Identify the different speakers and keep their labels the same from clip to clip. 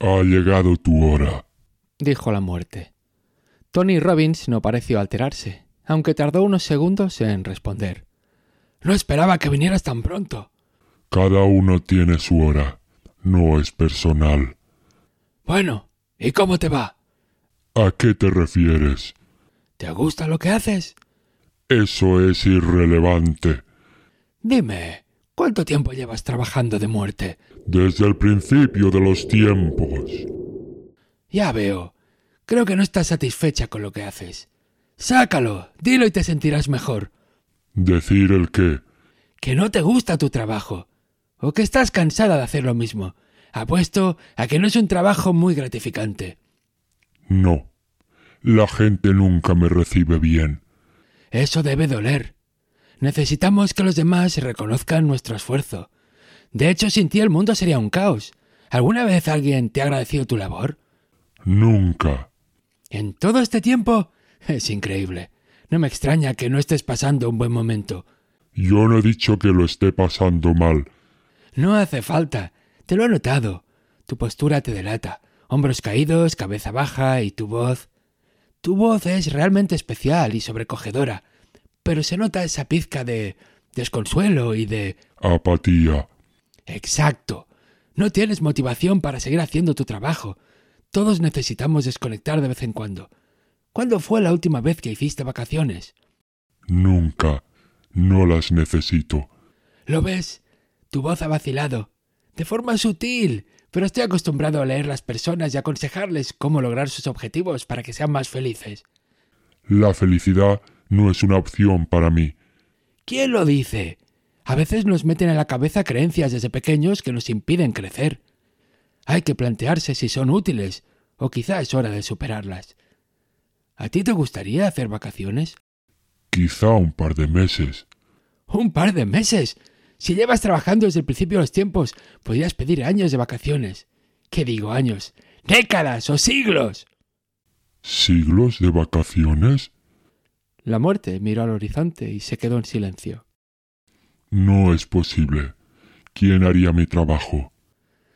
Speaker 1: Ha llegado tu hora.
Speaker 2: dijo la muerte. Tony Robbins no pareció alterarse, aunque tardó unos segundos en responder. No esperaba que vinieras tan pronto.
Speaker 1: Cada uno tiene su hora. No es personal.
Speaker 2: Bueno, ¿y cómo te va?
Speaker 1: ¿A qué te refieres?
Speaker 2: ¿Te gusta lo que haces?
Speaker 1: Eso es irrelevante.
Speaker 2: Dime, ¿cuánto tiempo llevas trabajando de muerte?
Speaker 1: Desde el principio de los tiempos.
Speaker 2: Ya veo. Creo que no estás satisfecha con lo que haces. Sácalo, dilo y te sentirás mejor.
Speaker 1: Decir el qué.
Speaker 2: Que no te gusta tu trabajo. O que estás cansada de hacer lo mismo. Apuesto a que no es un trabajo muy gratificante.
Speaker 1: No. La gente nunca me recibe bien.
Speaker 2: Eso debe doler. Necesitamos que los demás reconozcan nuestro esfuerzo. De hecho, sin ti el mundo sería un caos. ¿Alguna vez alguien te ha agradecido tu labor?
Speaker 1: Nunca.
Speaker 2: ¿En todo este tiempo? Es increíble. No me extraña que no estés pasando un buen momento.
Speaker 1: Yo no he dicho que lo esté pasando mal.
Speaker 2: No hace falta. Te lo he notado. Tu postura te delata. Hombros caídos, cabeza baja y tu voz. Tu voz es realmente especial y sobrecogedora, pero se nota esa pizca de desconsuelo y de...
Speaker 1: Apatía.
Speaker 2: Exacto. No tienes motivación para seguir haciendo tu trabajo. Todos necesitamos desconectar de vez en cuando. ¿Cuándo fue la última vez que hiciste vacaciones?
Speaker 1: Nunca. No las necesito.
Speaker 2: ¿Lo ves? Tu voz ha vacilado. De forma sutil, pero estoy acostumbrado a leer las personas y aconsejarles cómo lograr sus objetivos para que sean más felices.
Speaker 1: La felicidad no es una opción para mí.
Speaker 2: ¿Quién lo dice? A veces nos meten en la cabeza creencias desde pequeños que nos impiden crecer. Hay que plantearse si son útiles, o quizá es hora de superarlas. ¿A ti te gustaría hacer vacaciones?
Speaker 1: Quizá un par de meses.
Speaker 2: Un par de meses. Si llevas trabajando desde el principio de los tiempos, podrías pedir años de vacaciones. ¿Qué digo años? Décadas o siglos.
Speaker 1: ¿Siglos de vacaciones?
Speaker 2: La muerte miró al horizonte y se quedó en silencio.
Speaker 1: No es posible. ¿Quién haría mi trabajo?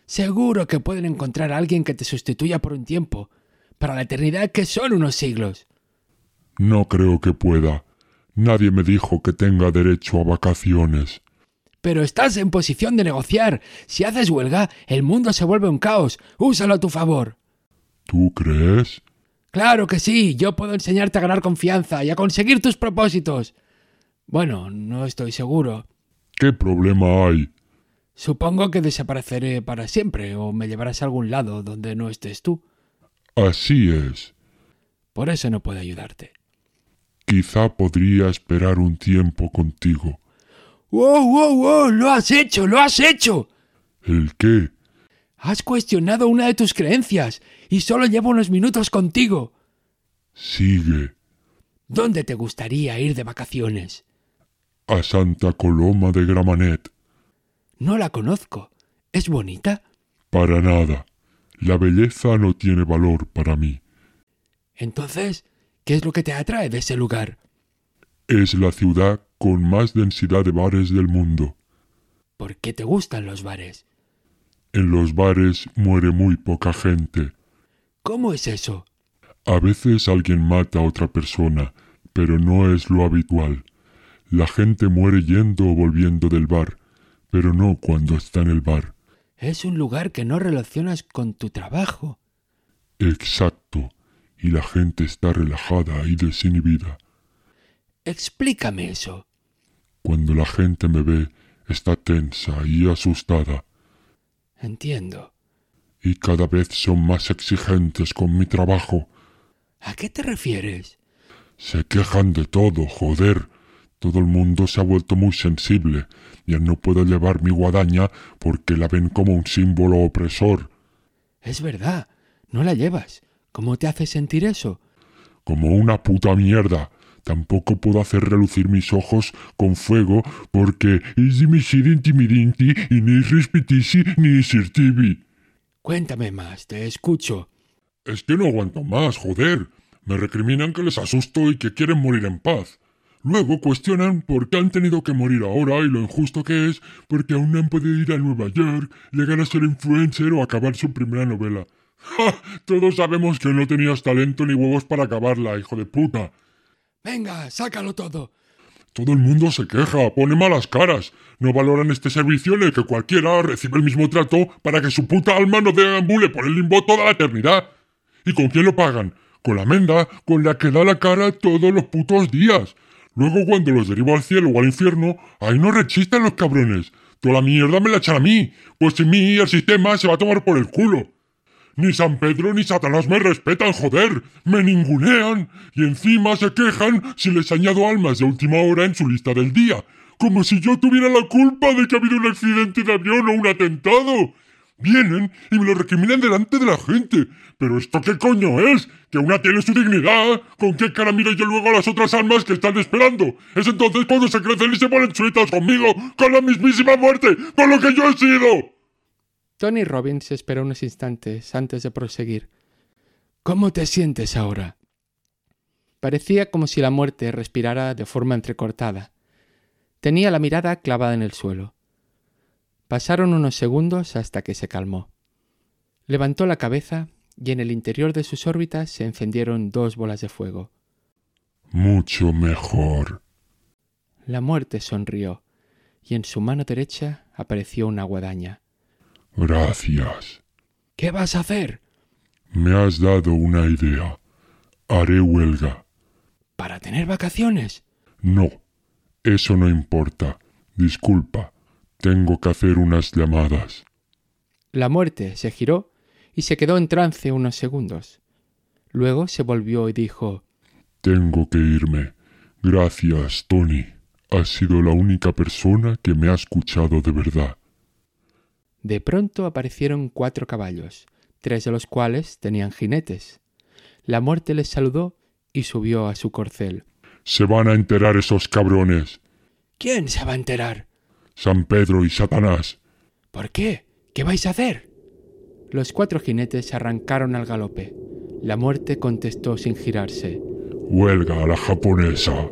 Speaker 2: Seguro que pueden encontrar a alguien que te sustituya por un tiempo, para la eternidad que son unos siglos.
Speaker 1: No creo que pueda. Nadie me dijo que tenga derecho a vacaciones.
Speaker 2: Pero estás en posición de negociar. Si haces huelga, el mundo se vuelve un caos. Úsalo a tu favor.
Speaker 1: ¿Tú crees?
Speaker 2: Claro que sí, yo puedo enseñarte a ganar confianza y a conseguir tus propósitos. Bueno, no estoy seguro.
Speaker 1: ¿Qué problema hay?
Speaker 2: Supongo que desapareceré para siempre o me llevarás a algún lado donde no estés tú.
Speaker 1: Así es.
Speaker 2: Por eso no puedo ayudarte.
Speaker 1: Quizá podría esperar un tiempo contigo.
Speaker 2: ¡Wow, wow, wow! ¡Lo has hecho! ¡Lo has hecho!
Speaker 1: ¿El qué?
Speaker 2: Has cuestionado una de tus creencias y solo llevo unos minutos contigo.
Speaker 1: Sigue
Speaker 2: ¿Dónde te gustaría ir de vacaciones?
Speaker 1: a Santa Coloma de Gramanet.
Speaker 2: No la conozco. ¿Es bonita?
Speaker 1: Para nada. La belleza no tiene valor para mí.
Speaker 2: Entonces, ¿qué es lo que te atrae de ese lugar?
Speaker 1: Es la ciudad con más densidad de bares del mundo.
Speaker 2: ¿Por qué te gustan los bares?
Speaker 1: En los bares muere muy poca gente.
Speaker 2: ¿Cómo es eso?
Speaker 1: A veces alguien mata a otra persona, pero no es lo habitual. La gente muere yendo o volviendo del bar, pero no cuando está en el bar.
Speaker 2: Es un lugar que no relacionas con tu trabajo.
Speaker 1: Exacto. Y la gente está relajada y desinhibida.
Speaker 2: Explícame eso.
Speaker 1: Cuando la gente me ve, está tensa y asustada,
Speaker 2: Entiendo.
Speaker 1: y cada vez son más exigentes con mi trabajo.
Speaker 2: ¿A qué te refieres?
Speaker 1: Se quejan de todo, joder. Todo el mundo se ha vuelto muy sensible. Ya no puedo llevar mi guadaña porque la ven como un símbolo opresor,
Speaker 2: Es verdad, no la llevas. ¿Cómo te hace sentir eso?
Speaker 1: como una puta mierda. Tampoco puedo hacer relucir mis ojos con fuego porque es dimisido intimidinti y ni respetisi ni sirtivi.
Speaker 2: Cuéntame más, te escucho.
Speaker 1: Es que no aguanto más, joder. Me recriminan que les asusto y que quieren morir en paz. Luego cuestionan por qué han tenido que morir ahora y lo injusto que es porque aún no han podido ir a Nueva York, llegar a ser influencer o acabar su primera novela. ¡Ja! Todos sabemos que no tenías talento ni huevos para acabarla, hijo de puta.
Speaker 2: Venga, sácalo todo.
Speaker 1: Todo el mundo se queja, pone malas caras. No valoran este servicio en el que cualquiera recibe el mismo trato para que su puta alma no deambule por el limbo toda la eternidad. ¿Y con quién lo pagan? Con la menda con la que da la cara todos los putos días. Luego cuando los derivo al cielo o al infierno, ahí no rechistan los cabrones. Toda la mierda me la echan a mí, pues sin mí el sistema se va a tomar por el culo. Ni San Pedro ni Satanás me respetan, joder. Me ningunean. Y encima se quejan si les añado almas de última hora en su lista del día. Como si yo tuviera la culpa de que ha habido un accidente de avión o un atentado. Vienen y me lo recriminan delante de la gente. Pero esto qué coño es? Que una tiene su dignidad. ¿Con qué cara miro yo luego a las otras almas que están esperando? Es entonces cuando se crecen y se ponen chuletas conmigo, con la mismísima muerte, con lo que yo he sido.
Speaker 2: Tony Robbins esperó unos instantes antes de proseguir. ¿Cómo te sientes ahora? Parecía como si la muerte respirara de forma entrecortada. Tenía la mirada clavada en el suelo. Pasaron unos segundos hasta que se calmó. Levantó la cabeza y en el interior de sus órbitas se encendieron dos bolas de fuego.
Speaker 1: Mucho mejor.
Speaker 2: La muerte sonrió y en su mano derecha apareció una guadaña.
Speaker 1: Gracias.
Speaker 2: ¿Qué vas a hacer?
Speaker 1: Me has dado una idea. Haré huelga.
Speaker 2: ¿Para tener vacaciones?
Speaker 1: No, eso no importa. Disculpa, tengo que hacer unas llamadas.
Speaker 2: La muerte se giró y se quedó en trance unos segundos. Luego se volvió y dijo
Speaker 1: Tengo que irme. Gracias, Tony. Has sido la única persona que me ha escuchado de verdad.
Speaker 2: De pronto aparecieron cuatro caballos, tres de los cuales tenían jinetes. La muerte les saludó y subió a su corcel.
Speaker 1: Se van a enterar esos cabrones.
Speaker 2: ¿Quién se va a enterar?
Speaker 1: San Pedro y Satanás.
Speaker 2: ¿Por qué? ¿Qué vais a hacer? Los cuatro jinetes arrancaron al galope. La muerte contestó sin girarse.
Speaker 1: Huelga a la japonesa.